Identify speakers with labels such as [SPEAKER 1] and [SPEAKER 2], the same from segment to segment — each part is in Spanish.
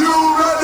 [SPEAKER 1] you ready?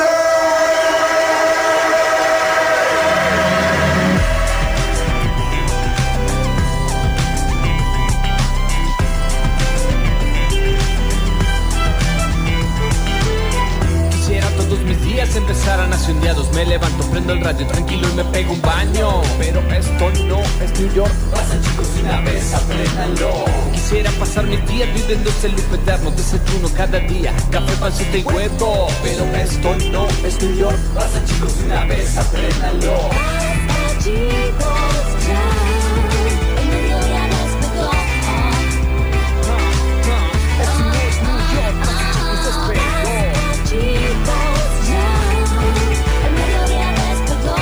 [SPEAKER 2] Quisiera todos mis días empezaran hace un día dos Me levanto, prendo el radio tranquilo y me pego un baño Pero esto no es New York Pasa chicos una vez, apréndanlo Quisiera pasar mis días viviendo ese loop eterno Desayuno cada día, café, pancita y huevo Pero esto no es New York Pasa chicos una vez, Ah, apréndanlo
[SPEAKER 3] Basta, chicos, ya. El mediodía despertó.
[SPEAKER 2] ah,
[SPEAKER 3] Basta, chicos, ya. El mediodía despertó.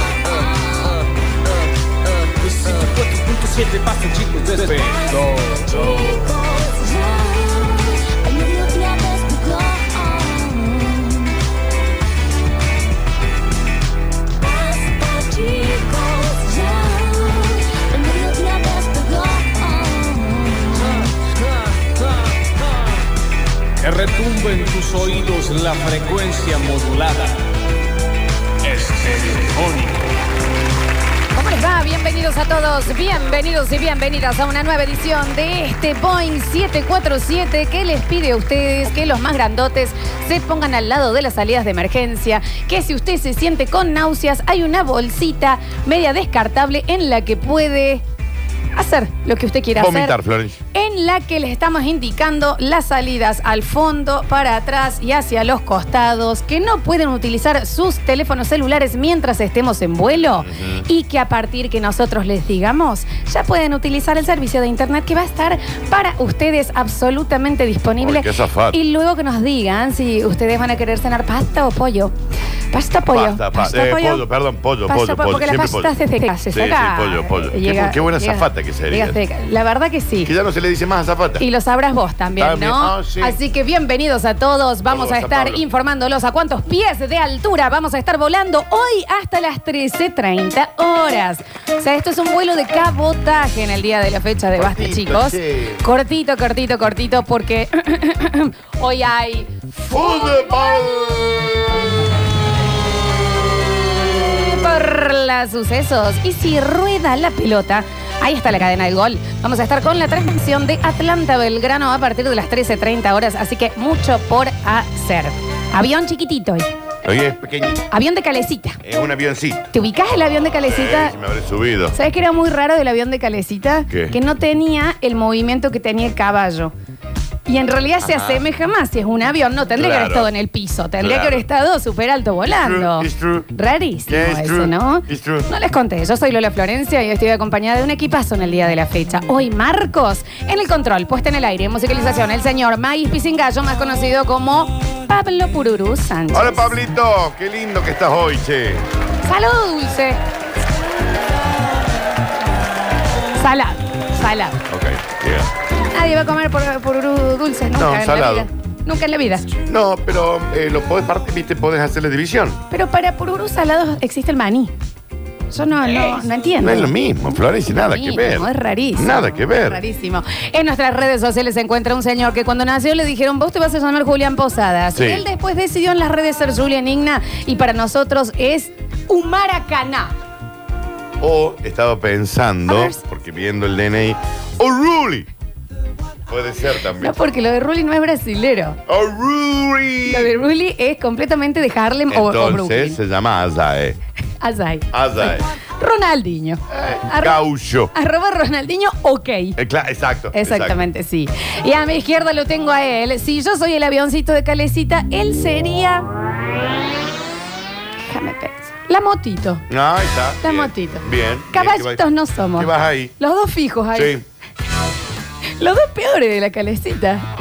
[SPEAKER 2] ah, Pasa chicos, despedo
[SPEAKER 3] Chicos, ya. El mediodía despertó. Basta, chicos, ya. El mediodía despertó.
[SPEAKER 4] Que retumbe en tus oídos la frecuencia modulada. Estereofónica.
[SPEAKER 5] ¿Cómo les va? Bienvenidos a todos, bienvenidos y bienvenidas a una nueva edición de este Boeing 747 que les pide a ustedes que los más grandotes se pongan al lado de las salidas de emergencia, que si usted se siente con náuseas hay una bolsita media descartable en la que puede hacer lo que usted quiera hacer
[SPEAKER 6] Vomitar, Florencia.
[SPEAKER 5] en la que les estamos indicando las salidas al fondo, para atrás y hacia los costados, que no pueden utilizar sus teléfonos celulares mientras estemos en vuelo y que a partir que nosotros les digamos, ya pueden utilizar el servicio de internet que va a estar para ustedes absolutamente disponible.
[SPEAKER 6] Uy, qué azafate.
[SPEAKER 5] y luego que nos digan si ustedes van a querer cenar pasta o pollo. Pasta pollo.
[SPEAKER 6] Pasta, pa- eh, pollo, perdón, pollo,
[SPEAKER 5] Pasta,
[SPEAKER 6] pollo, pollo,
[SPEAKER 5] Porque la
[SPEAKER 6] siempre
[SPEAKER 5] pasta se,
[SPEAKER 6] pollo.
[SPEAKER 5] se- se
[SPEAKER 6] Sí,
[SPEAKER 5] saca.
[SPEAKER 6] sí, pollo, pollo. Qué- qué buena azafata que sería.
[SPEAKER 5] Eh, llega seca. La verdad que sí.
[SPEAKER 6] Que ya no se le dice más azafata.
[SPEAKER 5] Y lo sabrás vos también,
[SPEAKER 6] También.
[SPEAKER 5] ¿no?
[SPEAKER 6] Ah, sí.
[SPEAKER 5] Así que bienvenidos a todos. Vamos
[SPEAKER 6] Todos,
[SPEAKER 5] a
[SPEAKER 6] San
[SPEAKER 5] estar
[SPEAKER 6] Pablo.
[SPEAKER 5] informándolos a cuántos pies de altura vamos a estar volando hoy hasta las 13.30 horas. O sea, esto es un vuelo de cabotaje en el día de la fecha de Basta,
[SPEAKER 6] Cortito,
[SPEAKER 5] chicos.
[SPEAKER 6] che.
[SPEAKER 5] Cortito, cortito, cortito, porque hoy hay por las sucesos. Y si rueda la pelota, ahí está la cadena del gol. Vamos a estar con la transmisión de Atlanta Belgrano a partir de las 13.30 horas, así que mucho por hacer. Avión chiquitito, hoy.
[SPEAKER 6] Oye, es pequeñito.
[SPEAKER 5] avión de calecita.
[SPEAKER 6] Es un avioncito.
[SPEAKER 5] ¿Te ubicás el avión de calecita?
[SPEAKER 6] Ey, si me habré subido.
[SPEAKER 5] ¿Sabes que era muy raro del avión de Calecita?
[SPEAKER 6] ¿Qué?
[SPEAKER 5] Que no tenía el movimiento que tenía el caballo. Y en realidad se asemeja más. Si es un avión, no tendría que haber
[SPEAKER 6] Claro.
[SPEAKER 5] estado en el piso. Tendría
[SPEAKER 6] Claro.
[SPEAKER 5] que haber estado súper alto volando.
[SPEAKER 6] It's true, it's true.
[SPEAKER 5] Rarísimo
[SPEAKER 6] Yeah, it's
[SPEAKER 5] eso,
[SPEAKER 6] true,
[SPEAKER 5] ¿no?
[SPEAKER 6] it's true.
[SPEAKER 5] No les conté. Yo soy Lola Florencia y estoy acompañada de un equipazo en el día de la fecha. Hoy Marcos, en el control, puesta en el aire, en musicalización, el señor Maíz Pisingallo, más conocido como Pablo Pururú Sánchez.
[SPEAKER 6] Hola, Pablito. Qué lindo que estás hoy, che.
[SPEAKER 5] Salud dulce. Salado, salado.
[SPEAKER 6] Ok, yeah.
[SPEAKER 5] Nadie va a comer por, por Uru dulce nunca
[SPEAKER 6] No,
[SPEAKER 5] en
[SPEAKER 6] salado.
[SPEAKER 5] la vida. Nunca en la vida.
[SPEAKER 6] No, pero eh, lo podés partir, viste, podés hacerle división.
[SPEAKER 5] Pero para pururú salado existe el maní. Yo no, no, no entiendo.
[SPEAKER 6] Eh, No es lo mismo, Florencia, nada que
[SPEAKER 5] Mínimo,
[SPEAKER 6] ver.
[SPEAKER 5] Es rarísimo.
[SPEAKER 6] Nada que
[SPEAKER 5] Es
[SPEAKER 6] ver.
[SPEAKER 5] Rarísimo. En nuestras redes sociales se encuentra un señor que cuando nació le dijeron, vos te vas a llamar Julián Posadas.
[SPEAKER 6] Sí.
[SPEAKER 5] Él después decidió en las redes ser Julián Igna y para nosotros es Humaracaná.
[SPEAKER 6] O estaba
[SPEAKER 5] A
[SPEAKER 6] pensando,
[SPEAKER 5] ver.
[SPEAKER 6] porque viendo el DNI, O'Reilly. Puede ser
[SPEAKER 5] No
[SPEAKER 6] también.
[SPEAKER 5] porque lo de Ruli no es brasilero.
[SPEAKER 6] O'Reilly.
[SPEAKER 5] Lo de Ruli es completamente de Harlem o- o, Brooklyn.
[SPEAKER 6] Entonces eh, se llama Azae.
[SPEAKER 5] Azai.
[SPEAKER 6] Azae.
[SPEAKER 5] Ronaldinho. Arro-
[SPEAKER 6] Eh, Gaucho.
[SPEAKER 5] Arroba Ronaldinho, ok.
[SPEAKER 6] Eh, cla- exacto.
[SPEAKER 5] Exactamente, sí. Y a mi izquierda lo tengo a él. Si yo soy el avioncito de Calecita, él sería. Déjame pensar. La motito.
[SPEAKER 6] exacto. Ah, ahí está.
[SPEAKER 5] La
[SPEAKER 6] bien,
[SPEAKER 5] motito.
[SPEAKER 6] Bien.
[SPEAKER 5] Caballitos
[SPEAKER 6] Bien,
[SPEAKER 5] no somos.
[SPEAKER 6] ¿Qué vas ahí?
[SPEAKER 5] Los dos fijos ahí.
[SPEAKER 6] Sí.
[SPEAKER 5] Los dos peores de la calecita.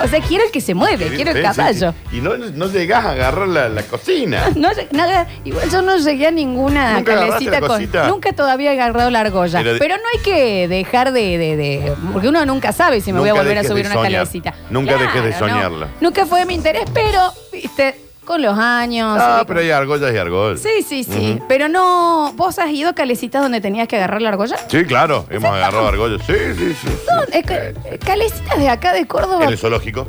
[SPEAKER 5] O sea, quiero el que se mueve, quiero el
[SPEAKER 6] Sí,
[SPEAKER 5] caballo.
[SPEAKER 6] sí, sí. Y no, no llegás a agarrar la, la cocina.
[SPEAKER 5] No, lleg- nada, igual yo no llegué a ninguna
[SPEAKER 6] ¿Nunca agarraste
[SPEAKER 5] calecita
[SPEAKER 6] la cosita?
[SPEAKER 5] con. Nunca todavía he agarrado la argolla.
[SPEAKER 6] Pero
[SPEAKER 5] Pero,
[SPEAKER 6] de-
[SPEAKER 5] no hay que dejar de, de- de- Porque uno nunca sabe si me voy a
[SPEAKER 6] Nunca
[SPEAKER 5] volver a
[SPEAKER 6] dejes
[SPEAKER 5] subir
[SPEAKER 6] de
[SPEAKER 5] una
[SPEAKER 6] soñar.
[SPEAKER 5] calecita.
[SPEAKER 6] Nunca dejes de
[SPEAKER 5] no.
[SPEAKER 6] soñarla.
[SPEAKER 5] Nunca fue de mi interés, pero, viste, Con los años.
[SPEAKER 6] Ah,
[SPEAKER 5] ¿viste?
[SPEAKER 6] pero hay argollas y argollas.
[SPEAKER 5] Sí, sí, sí. Pero no. ¿Vos has ido a calecitas donde tenías que agarrar la argolla?
[SPEAKER 6] Sí, claro, hemos agarrado argollas. Sí, sí, sí.
[SPEAKER 5] No, eh, ca- eh, calecitas de acá de Córdoba.
[SPEAKER 6] En el zoológico.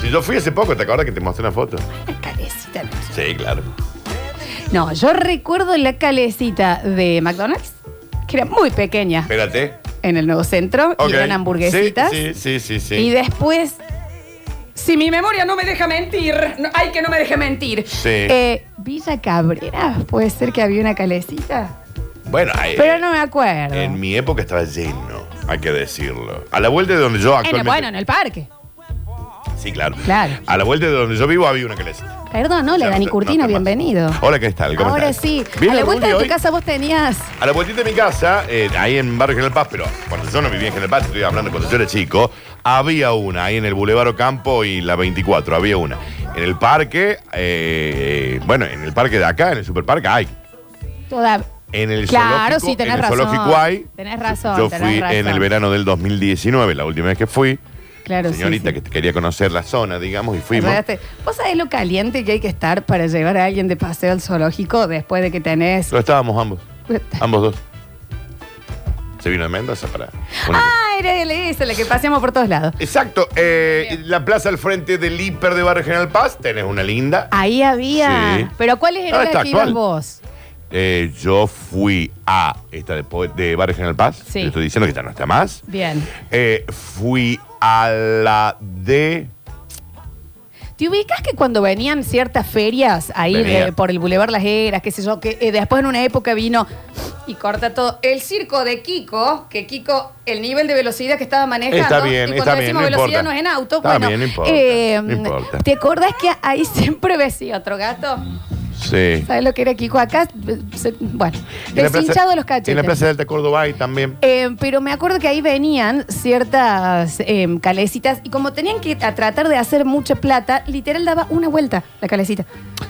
[SPEAKER 6] Si yo fui hace poco, ¿te acuerdas que te mostré una foto?
[SPEAKER 5] Calecita.
[SPEAKER 6] Sí, claro.
[SPEAKER 5] No, yo recuerdo la calecita de McDonald's, que era muy pequeña
[SPEAKER 6] Espérate.
[SPEAKER 5] en el nuevo centro.
[SPEAKER 6] Ok.
[SPEAKER 5] Iban hamburguesitas.
[SPEAKER 6] Sí, sí, sí, sí. sí.
[SPEAKER 5] Y después. Si mi memoria no me deja mentir, no- ay, que no me deje mentir.
[SPEAKER 6] Sí.
[SPEAKER 5] Eh, Villa Cabrera, puede ser que había una calecita.
[SPEAKER 6] Bueno, ahí-
[SPEAKER 5] Pero no me acuerdo.
[SPEAKER 6] Eh, en mi época estaba lleno, hay que decirlo. A la vuelta de donde
[SPEAKER 5] En
[SPEAKER 6] yo
[SPEAKER 5] el-
[SPEAKER 6] actualmente...
[SPEAKER 5] bueno, en el parque.
[SPEAKER 6] Sí, claro.
[SPEAKER 5] Claro.
[SPEAKER 6] A la vuelta de donde yo vivo había una calecita.
[SPEAKER 5] Perdón, hola,
[SPEAKER 6] Ya, no
[SPEAKER 5] Dani
[SPEAKER 6] te-
[SPEAKER 5] Curtino,
[SPEAKER 6] no te
[SPEAKER 5] bienvenido.
[SPEAKER 6] mato. Hola, ¿qué tal? ¿Cómo
[SPEAKER 5] Ahora
[SPEAKER 6] estás?
[SPEAKER 5] sí,
[SPEAKER 6] Bien,
[SPEAKER 5] a la vuelta de tu
[SPEAKER 6] hoy.
[SPEAKER 5] casa vos tenías.
[SPEAKER 6] A la vueltita de mi casa, eh, ahí en Barrio General Paz, pero cuando yo no vivía en General Paz, estoy hablando cuando yo era chico, había una ahí en el Boulevard Ocampo y la 24, había una. En el parque, eh, bueno, en el parque de acá, en el superparque, hay.
[SPEAKER 5] Toda...
[SPEAKER 6] En el
[SPEAKER 5] Claro,
[SPEAKER 6] zoológico,
[SPEAKER 5] sí, tenés
[SPEAKER 6] en el
[SPEAKER 5] razón.
[SPEAKER 6] zoológico hay.
[SPEAKER 5] Tenés razón,
[SPEAKER 6] Yo
[SPEAKER 5] tenés
[SPEAKER 6] fui
[SPEAKER 5] razón.
[SPEAKER 6] en el verano del 2019, la última vez que fui.
[SPEAKER 5] Claro, sí,
[SPEAKER 6] Señorita
[SPEAKER 5] sí.
[SPEAKER 6] que te quería conocer la zona, digamos, y fuimos.
[SPEAKER 5] Acordaste. ¿Vos sabés lo caliente que hay que estar para llevar a alguien de paseo al zoológico después de que tenés.
[SPEAKER 6] Lo estábamos ambos, ambos dos. Se vino de Mendoza para...
[SPEAKER 5] Ah, era él, esa, la que paseamos por todos lados.
[SPEAKER 6] Exacto. eh, la plaza al frente del hiper de Barrio General Paz, tenés una linda.
[SPEAKER 5] Ahí había.
[SPEAKER 6] Sí.
[SPEAKER 5] Pero ¿cuáles
[SPEAKER 6] Ah,
[SPEAKER 5] eran las
[SPEAKER 6] está
[SPEAKER 5] que ibas
[SPEAKER 6] actual.
[SPEAKER 5] vos?
[SPEAKER 6] Eh, yo fui a esta de, po- de Barrio General Paz.
[SPEAKER 5] Sí.
[SPEAKER 6] Te estoy diciendo que ya no está más.
[SPEAKER 5] Bien.
[SPEAKER 6] Eh, fui a la de.
[SPEAKER 5] ¿Te ubicas que cuando venían ciertas ferias ahí
[SPEAKER 6] Venía.
[SPEAKER 5] de- por el Boulevard Las Heras, qué sé yo, que eh, después en una época vino y corta todo? El circo de Kiko, que Kiko, el nivel de velocidad que estaba manejando.
[SPEAKER 6] Está bien,
[SPEAKER 5] y
[SPEAKER 6] está
[SPEAKER 5] cuando
[SPEAKER 6] bien,
[SPEAKER 5] decimos
[SPEAKER 6] no
[SPEAKER 5] velocidad
[SPEAKER 6] importa.
[SPEAKER 5] no es en auto,
[SPEAKER 6] Está
[SPEAKER 5] bueno. em,
[SPEAKER 6] bien, no importa, no importa.
[SPEAKER 5] ¿Te acordás que ahí siempre vecía otro gato?
[SPEAKER 6] Sí.
[SPEAKER 5] ¿Sabes lo que era Kiko acá? eh, Se- bueno,
[SPEAKER 6] En la plaza-
[SPEAKER 5] deshinchado los
[SPEAKER 6] En la
[SPEAKER 5] cachetes.
[SPEAKER 6] Plaza de Alta Córdoba hay también.
[SPEAKER 5] Eh, pero me acuerdo que ahí venían ciertas em, calecitas y como tenían que a tratar de hacer mucha plata, literal daba una vuelta la calecita.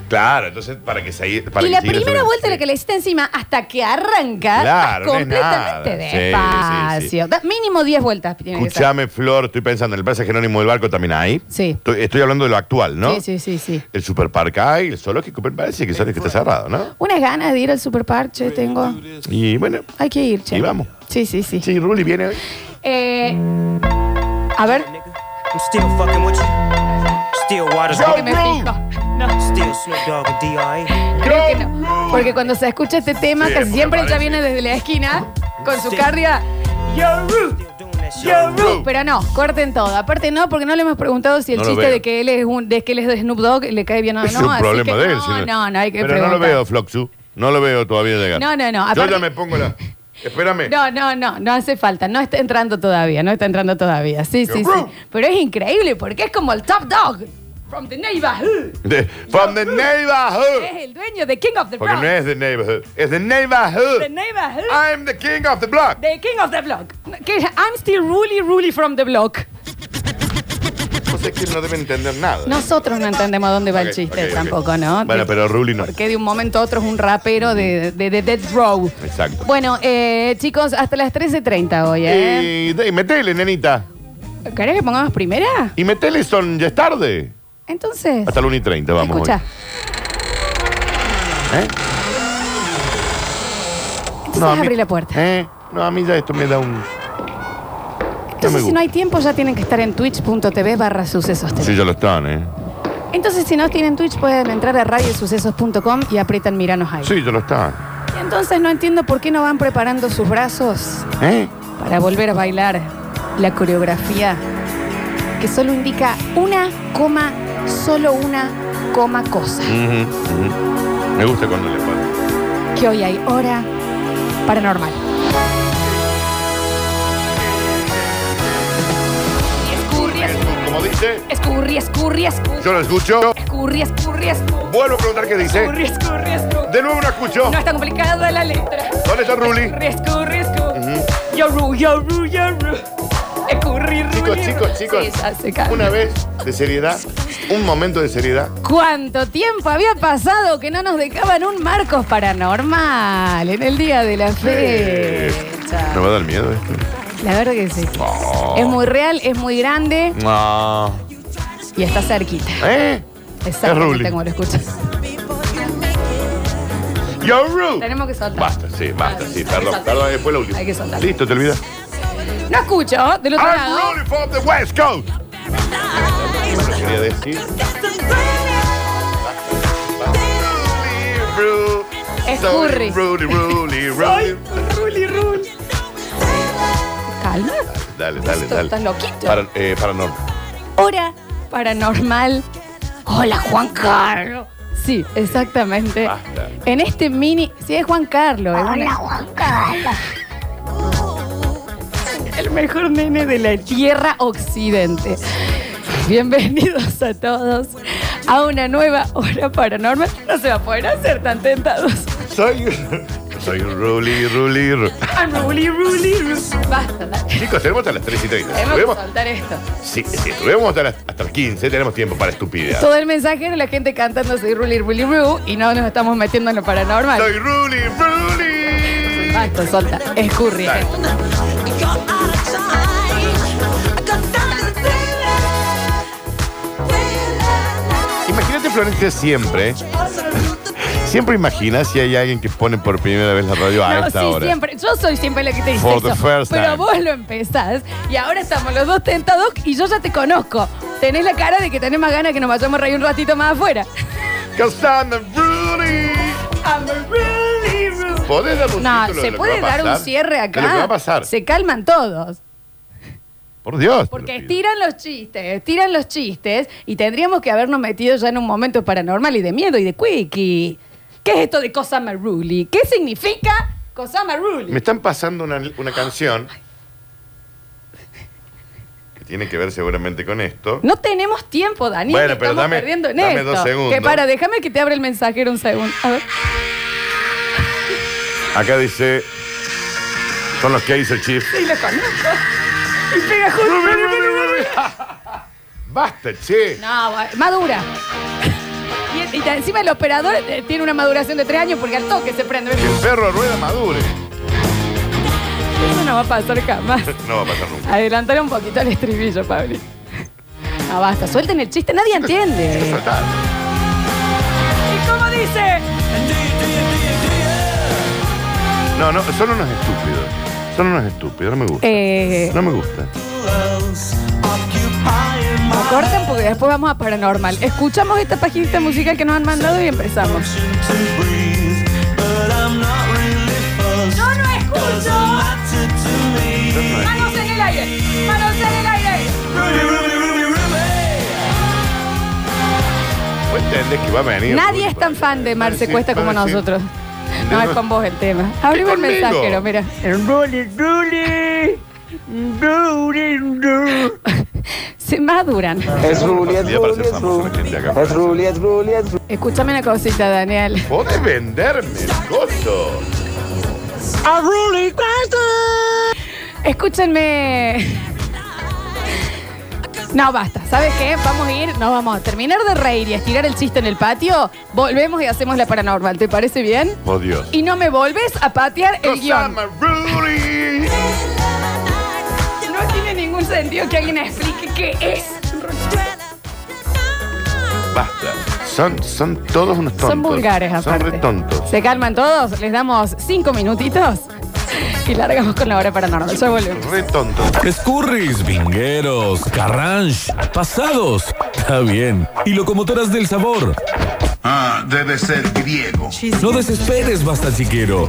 [SPEAKER 6] Claro, entonces para que se para
[SPEAKER 5] y
[SPEAKER 6] que
[SPEAKER 5] la
[SPEAKER 6] siga
[SPEAKER 5] primera
[SPEAKER 6] subiendo.
[SPEAKER 5] vuelta la
[SPEAKER 6] Sí.
[SPEAKER 5] calecita encima hasta que arranca
[SPEAKER 6] Claro,
[SPEAKER 5] estás
[SPEAKER 6] no es
[SPEAKER 5] completamente
[SPEAKER 6] nada. Sí, sí, sí.
[SPEAKER 5] despacio. Da- Mínimo 10 vueltas tiene que ser.
[SPEAKER 6] Escuchame, Flor, estoy pensando, en el Plaza Jerónimo del Barco también hay.
[SPEAKER 5] Sí.
[SPEAKER 6] Estoy, estoy hablando de lo actual, ¿no?
[SPEAKER 5] Sí, sí, sí, sí.
[SPEAKER 6] El superparque hay, el zoológico, pero parece que sabes que está cerrado, ¿no?
[SPEAKER 5] Unas ganas de ir al superpark, che, tengo.
[SPEAKER 6] Y bueno,
[SPEAKER 5] Hay que ir, che.
[SPEAKER 6] Y vamos.
[SPEAKER 5] Sí, sí, sí.
[SPEAKER 6] sí, Ruli viene hoy.
[SPEAKER 5] Eh, a ver,
[SPEAKER 7] I'm still fucking with you. Still Waters.
[SPEAKER 5] que me fijo.
[SPEAKER 7] Still Snoop Dogg and D.R.E.
[SPEAKER 5] Creo que no. Porque cuando se escucha este tema,
[SPEAKER 6] Sí,
[SPEAKER 5] casi
[SPEAKER 6] porque
[SPEAKER 5] siempre ya
[SPEAKER 6] parece.
[SPEAKER 5] viene desde la esquina con su cardia.
[SPEAKER 7] Still doing that shit.
[SPEAKER 6] Ru.
[SPEAKER 5] Pero no, corten todo. Aparte no, porque no le hemos preguntado si el
[SPEAKER 6] No lo
[SPEAKER 5] chiste
[SPEAKER 6] veo.
[SPEAKER 5] de que él es un, de que él es de Snoop Dogg le cae bien o no.
[SPEAKER 6] Es un
[SPEAKER 5] así
[SPEAKER 6] problema
[SPEAKER 5] que
[SPEAKER 6] de él.
[SPEAKER 5] No,
[SPEAKER 6] señor.
[SPEAKER 5] no, no hay que
[SPEAKER 6] Pero no
[SPEAKER 5] preguntar.
[SPEAKER 6] lo veo, Floxu. No lo veo todavía llegar.
[SPEAKER 5] No, no, no,
[SPEAKER 6] Yo
[SPEAKER 5] aparte-
[SPEAKER 6] ya me pongo la... Espérame.
[SPEAKER 5] No, no, no, no hace falta. No está entrando todavía, no está entrando todavía. Sí, sí, sí.
[SPEAKER 6] Ru.
[SPEAKER 5] Pero es increíble porque es como el top dog from the neighborhood.
[SPEAKER 6] De- from the
[SPEAKER 5] Es
[SPEAKER 6] neighborhood.
[SPEAKER 5] el dueño de King of the
[SPEAKER 6] Porque
[SPEAKER 5] Block.
[SPEAKER 6] no es Ah, the neighborhood. Es the neighborhood.
[SPEAKER 5] The neighborhood.
[SPEAKER 6] I'm the king of the block.
[SPEAKER 5] The King of the Block. Que es, I'm still really, really from the block.
[SPEAKER 6] Vos sabés que no debe entender nada.
[SPEAKER 5] Nosotros no entendemos dónde va el
[SPEAKER 6] Ok,
[SPEAKER 5] chiste
[SPEAKER 6] ok, ok.
[SPEAKER 5] tampoco, ¿no?
[SPEAKER 6] Bueno, pero Ruli no.
[SPEAKER 5] Porque de un momento a otro es un rapero de, de, de Death Row.
[SPEAKER 6] Exacto.
[SPEAKER 5] Bueno, eh, chicos, hasta las 13.30 hoy, ¿eh?
[SPEAKER 6] Y, y metele, nenita.
[SPEAKER 5] ¿Querés que pongamos primera?
[SPEAKER 6] Y metele son ya es tarde.
[SPEAKER 5] Entonces.
[SPEAKER 6] Hasta la 1 y 30, vamos.
[SPEAKER 5] escucha.
[SPEAKER 6] hoy. ¿Eh?
[SPEAKER 5] Entonces
[SPEAKER 6] a mí-
[SPEAKER 5] abrí la puerta.
[SPEAKER 6] ¿Eh? No, a mí ya esto me da un...
[SPEAKER 5] Entonces, si
[SPEAKER 6] gusta.
[SPEAKER 5] no hay tiempo, ya tienen que estar en twitch.tv barra sucesos TV.
[SPEAKER 6] Sí, ya lo están, ¿eh?
[SPEAKER 5] Entonces, si no tienen Twitch, pueden entrar a radiosucesos.com y aprietan miranos ahí.
[SPEAKER 6] Sí, ya lo están.
[SPEAKER 5] Y entonces no entiendo por qué no van preparando sus brazos
[SPEAKER 6] ¿Eh?
[SPEAKER 5] para volver a bailar la coreografía que solo indica una coma, solo una coma cosa.
[SPEAKER 6] Ujú, ujú. Me gusta cuando le pasa.
[SPEAKER 5] Que hoy hay hora paranormal. Escurri,
[SPEAKER 6] Como dice,
[SPEAKER 5] escurri, escurri, escurri,
[SPEAKER 6] yo lo escucho.
[SPEAKER 5] escurri, escurri, escurri,
[SPEAKER 6] Vuelvo a preguntar qué dice.
[SPEAKER 5] escurri, escurri, escurri.
[SPEAKER 6] De nuevo lo escucho.
[SPEAKER 5] No está complicada la letra.
[SPEAKER 6] ¿Dónde está Ruli?
[SPEAKER 5] Escurri, escurri, escurri. Yo ru, yo ru, yo ru. Escurri, ru,
[SPEAKER 6] Chicos,
[SPEAKER 5] yo ru.
[SPEAKER 6] chicos, chicos.
[SPEAKER 5] Sí, ya se calma.
[SPEAKER 6] Una vez de seriedad, un momento de seriedad.
[SPEAKER 5] ¿Cuánto tiempo había pasado que no nos dejaban un Marcos Paranormal en el día de la fecha?
[SPEAKER 6] Me va a dar miedo esto.
[SPEAKER 5] La verdad que sí.
[SPEAKER 6] Oh.
[SPEAKER 5] Es muy real, es muy grande
[SPEAKER 6] No.
[SPEAKER 5] y está cerquita.
[SPEAKER 6] ¿Eh?
[SPEAKER 5] Exactamente
[SPEAKER 6] Ruli.
[SPEAKER 5] como lo escuchas.
[SPEAKER 6] Yo, Ru.
[SPEAKER 5] Tenemos que soltar.
[SPEAKER 6] Basta, sí, basta, sí, perdón,
[SPEAKER 5] Hay que
[SPEAKER 6] perdón, después lo último.
[SPEAKER 5] Hay que soltar.
[SPEAKER 6] Listo, te olvidas.
[SPEAKER 5] No escucho, ¿oh? del otro
[SPEAKER 6] I'm
[SPEAKER 5] lado.
[SPEAKER 6] rolling from the West Coast. Quería decir.
[SPEAKER 5] Es Curry.
[SPEAKER 6] Ruli, Ruli, Ruli.
[SPEAKER 5] Calma.
[SPEAKER 6] Dale, dale,
[SPEAKER 5] Esto
[SPEAKER 6] dale.
[SPEAKER 5] está loquito.
[SPEAKER 6] Para, eh, paranormal.
[SPEAKER 5] Hora paranormal. Hola, Juan Carlos. Sí, exactamente.
[SPEAKER 6] Basta.
[SPEAKER 5] En este mini. Sí, es Juan Carlos. es una- El mejor nene de la Tierra Occidente. Bienvenidos a todos a una nueva hora paranormal. No se va a poder hacer tan tentados.
[SPEAKER 6] Soy. Soy un Ruli, Ruli, Ruli.
[SPEAKER 5] I'm really, really, really- Basta, dale.
[SPEAKER 6] Chicos, tenemos hasta las 3 y 30.
[SPEAKER 5] Tenemos que
[SPEAKER 6] Estuvimos-
[SPEAKER 5] soltar esto.
[SPEAKER 6] Sí, sí, estuvimos hasta las, hasta las 15, tenemos tiempo para estupidez.
[SPEAKER 5] Todo el mensaje de la gente cantando Soy Ruli Ruli Ru y no nos estamos metiendo en lo paranormal.
[SPEAKER 6] Soy Ruli, Ruli.
[SPEAKER 5] Basta, solta. Escurri.
[SPEAKER 6] Dale. Imagínate, Florencia, siempre. Siempre imagina si hay alguien que pone por primera vez la radio a
[SPEAKER 5] No,
[SPEAKER 6] esta
[SPEAKER 5] sí,
[SPEAKER 6] hora.
[SPEAKER 5] siempre. Yo soy siempre la que te dice
[SPEAKER 6] For the
[SPEAKER 5] eso.
[SPEAKER 6] first
[SPEAKER 5] pero
[SPEAKER 6] time.
[SPEAKER 5] vos lo empezás y ahora estamos los dos tentados y yo ya te conozco. Tenés la cara de que tenés más ganas que nos vayamos a reír un ratito más afuera.
[SPEAKER 6] 'Cause I'm a Ruli.
[SPEAKER 5] I'm a Ruli Ru.
[SPEAKER 6] ¿Podés dar un
[SPEAKER 5] No,
[SPEAKER 6] título de
[SPEAKER 5] se
[SPEAKER 6] lo que
[SPEAKER 5] puede
[SPEAKER 6] va a
[SPEAKER 5] dar un
[SPEAKER 6] pasar?
[SPEAKER 5] cierre acá.
[SPEAKER 6] De lo que va a pasar.
[SPEAKER 5] Se calman todos.
[SPEAKER 6] Por Dios.
[SPEAKER 5] Porque
[SPEAKER 6] te lo pido.
[SPEAKER 5] estiran los chistes, estiran los chistes y tendríamos que habernos metido ya en un momento paranormal y de miedo y de quickie. ¿Qué es esto de Kosama Ruli? ¿Qué significa Kosama
[SPEAKER 6] Me
[SPEAKER 5] Ruli?
[SPEAKER 6] están pasando una, una canción que tiene que ver seguramente con esto.
[SPEAKER 5] No tenemos tiempo, Daniel.
[SPEAKER 6] Bueno,
[SPEAKER 5] estamos
[SPEAKER 6] pero dame-
[SPEAKER 5] perdiendo en
[SPEAKER 6] dame
[SPEAKER 5] esto.
[SPEAKER 6] dos segundos.
[SPEAKER 5] Que para, déjame que te abra el mensajero un segundo. A ver.
[SPEAKER 6] Acá dice. Son los que hizo el chief.
[SPEAKER 5] Sí, lo conozco. Y pega justo.
[SPEAKER 6] Basta, che.
[SPEAKER 5] No, va- madura. Y, y ta- encima el operador eh, tiene una maduración de tres años porque al toque se prende.
[SPEAKER 6] Que el perro rueda madure.
[SPEAKER 5] Eso no va a pasar jamás.
[SPEAKER 6] No va a pasar nunca.
[SPEAKER 5] Adelantar un poquito el estribillo, Pablo. No, basta, suelten el chiste, nadie entiende.
[SPEAKER 6] Fatal.
[SPEAKER 5] ¿Y cómo dice?
[SPEAKER 6] No, no, son unos estúpidos. Son unos estúpidos, no me gusta.
[SPEAKER 5] Eh,
[SPEAKER 6] No me gusta.
[SPEAKER 5] lo cortan porque después vamos a paranormal. Escuchamos esta paginita musical que nos han mandado y empezamos. ¡Yo no escucho! ¡Manos en el aire! ¡Manos en el aire!
[SPEAKER 6] ¿Vos entendés que va a venir?
[SPEAKER 5] Nadie es tan fan de Marce
[SPEAKER 6] Sí,
[SPEAKER 5] Cuesta como
[SPEAKER 6] sí.
[SPEAKER 5] nosotros. No es con vos el tema. Abrime el
[SPEAKER 6] conmigo?
[SPEAKER 5] mensajero, mira. Se maduran.
[SPEAKER 8] Es Ruli, es
[SPEAKER 6] Facilidad para
[SPEAKER 8] Ruli,
[SPEAKER 6] ser
[SPEAKER 8] es
[SPEAKER 6] famoso la gente acá.
[SPEAKER 8] Ruli. Es Ruli, es Ruli, es Ruli.
[SPEAKER 5] Escúchame una cosita, Daniel.
[SPEAKER 6] ¿Podés venderme el coso?
[SPEAKER 5] Escúchenme. No, basta. ¿Sabes qué? Vamos a ir, nos vamos a terminar de reír y a estirar el chiste en el patio. Volvemos y hacemos la paranormal. ¿Te parece bien?
[SPEAKER 6] Por Oh, Dios.
[SPEAKER 5] Y no me volves a patear el guión.
[SPEAKER 6] Osama Rudy.
[SPEAKER 5] No tiene ningún sentido que alguien explique qué es.
[SPEAKER 6] Basta. Son, son todos unos tontos.
[SPEAKER 5] Son vulgares, aparte.
[SPEAKER 6] Son re tontos.
[SPEAKER 5] ¿Se calman todos? Les damos cinco minutitos y largamos con la hora paranormal. Ya volvemos.
[SPEAKER 6] Re tontos.
[SPEAKER 9] Escurris, vingueros, carranche, pasados. Está bien. Y locomotoras del sabor.
[SPEAKER 1] Ah, debe ser griego.
[SPEAKER 9] No desesperes, basta chiquero.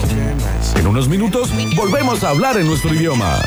[SPEAKER 9] En unos minutos volvemos a hablar en nuestro idioma.